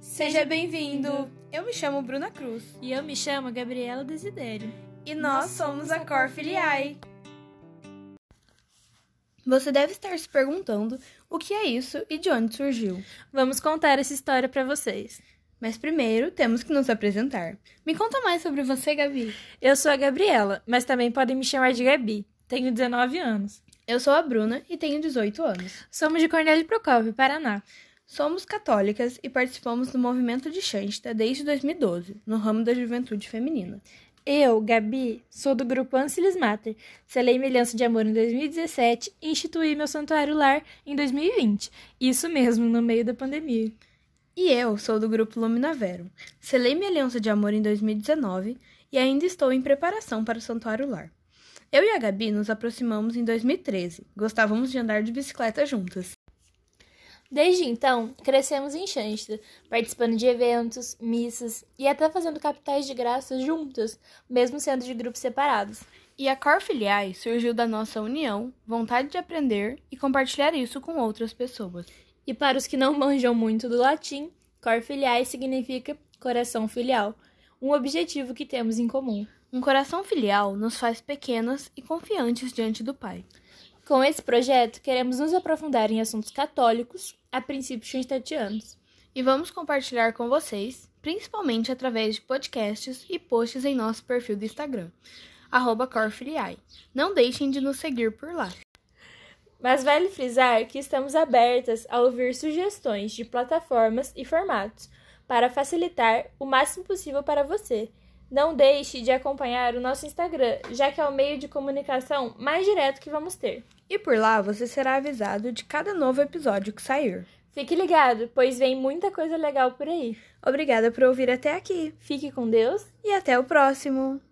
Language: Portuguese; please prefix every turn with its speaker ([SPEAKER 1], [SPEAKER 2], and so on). [SPEAKER 1] Seja bem-vindo! Eu me chamo Bruna Cruz
[SPEAKER 2] E eu me chamo Gabriela Desidério.
[SPEAKER 1] e nós somos a Cor Filiai. Você deve estar se perguntando o que é isso e de onde surgiu.
[SPEAKER 2] Vamos contar essa história para vocês.
[SPEAKER 1] Mas primeiro temos que nos apresentar. Me conta mais sobre você, Gabi.
[SPEAKER 2] Eu sou a Gabriela, mas também podem me chamar de Gabi. Tenho 19 anos.
[SPEAKER 1] Eu sou a Bruna e tenho 18 anos.
[SPEAKER 2] Somos de Cornélio Procópio, Paraná.
[SPEAKER 1] Somos católicas e participamos do movimento de Xanxta desde 2012, no ramo da juventude feminina.
[SPEAKER 2] Eu, Gabi, sou do grupo Ancilis Mater. Selei Melhança de Amor em 2017 e instituí meu santuário lar em 2020. Isso mesmo, no meio da pandemia.
[SPEAKER 1] E eu sou do grupo Luminavero. Selei minha aliança de amor em 2019 e ainda estou em preparação para o Santuário Lar. Eu e a Gabi nos aproximamos em 2013. Gostávamos de andar de bicicleta juntas.
[SPEAKER 2] Desde então, crescemos em Xanxta, participando de eventos, missas e até fazendo capitais de graça juntas, mesmo sendo de grupos separados.
[SPEAKER 1] E a Cor Filiai surgiu da nossa união, vontade de aprender e compartilhar isso com outras pessoas.
[SPEAKER 2] E para os que não manjam muito do latim, cor filiae significa coração filial, um objetivo que temos em comum.
[SPEAKER 1] Um coração filial nos faz pequenas e confiantes diante do Pai.
[SPEAKER 2] Com esse projeto, queremos nos aprofundar em assuntos católicos, a princípio xanxtatianos.
[SPEAKER 1] E vamos compartilhar com vocês, principalmente através de podcasts e posts em nosso perfil do Instagram, arroba corfiliai. Não deixem de nos seguir por lá.
[SPEAKER 2] Mas vale frisar que estamos abertas a ouvir sugestões de plataformas e formatos para facilitar o máximo possível para você. Não deixe de acompanhar o nosso Instagram, já que é o meio de comunicação mais direto que vamos ter.
[SPEAKER 1] E por lá você será avisado de cada novo episódio que sair.
[SPEAKER 2] Fique ligado, pois vem muita coisa legal por aí.
[SPEAKER 1] Obrigada por ouvir até aqui
[SPEAKER 2] Fique com Deus.
[SPEAKER 1] e até o próximo!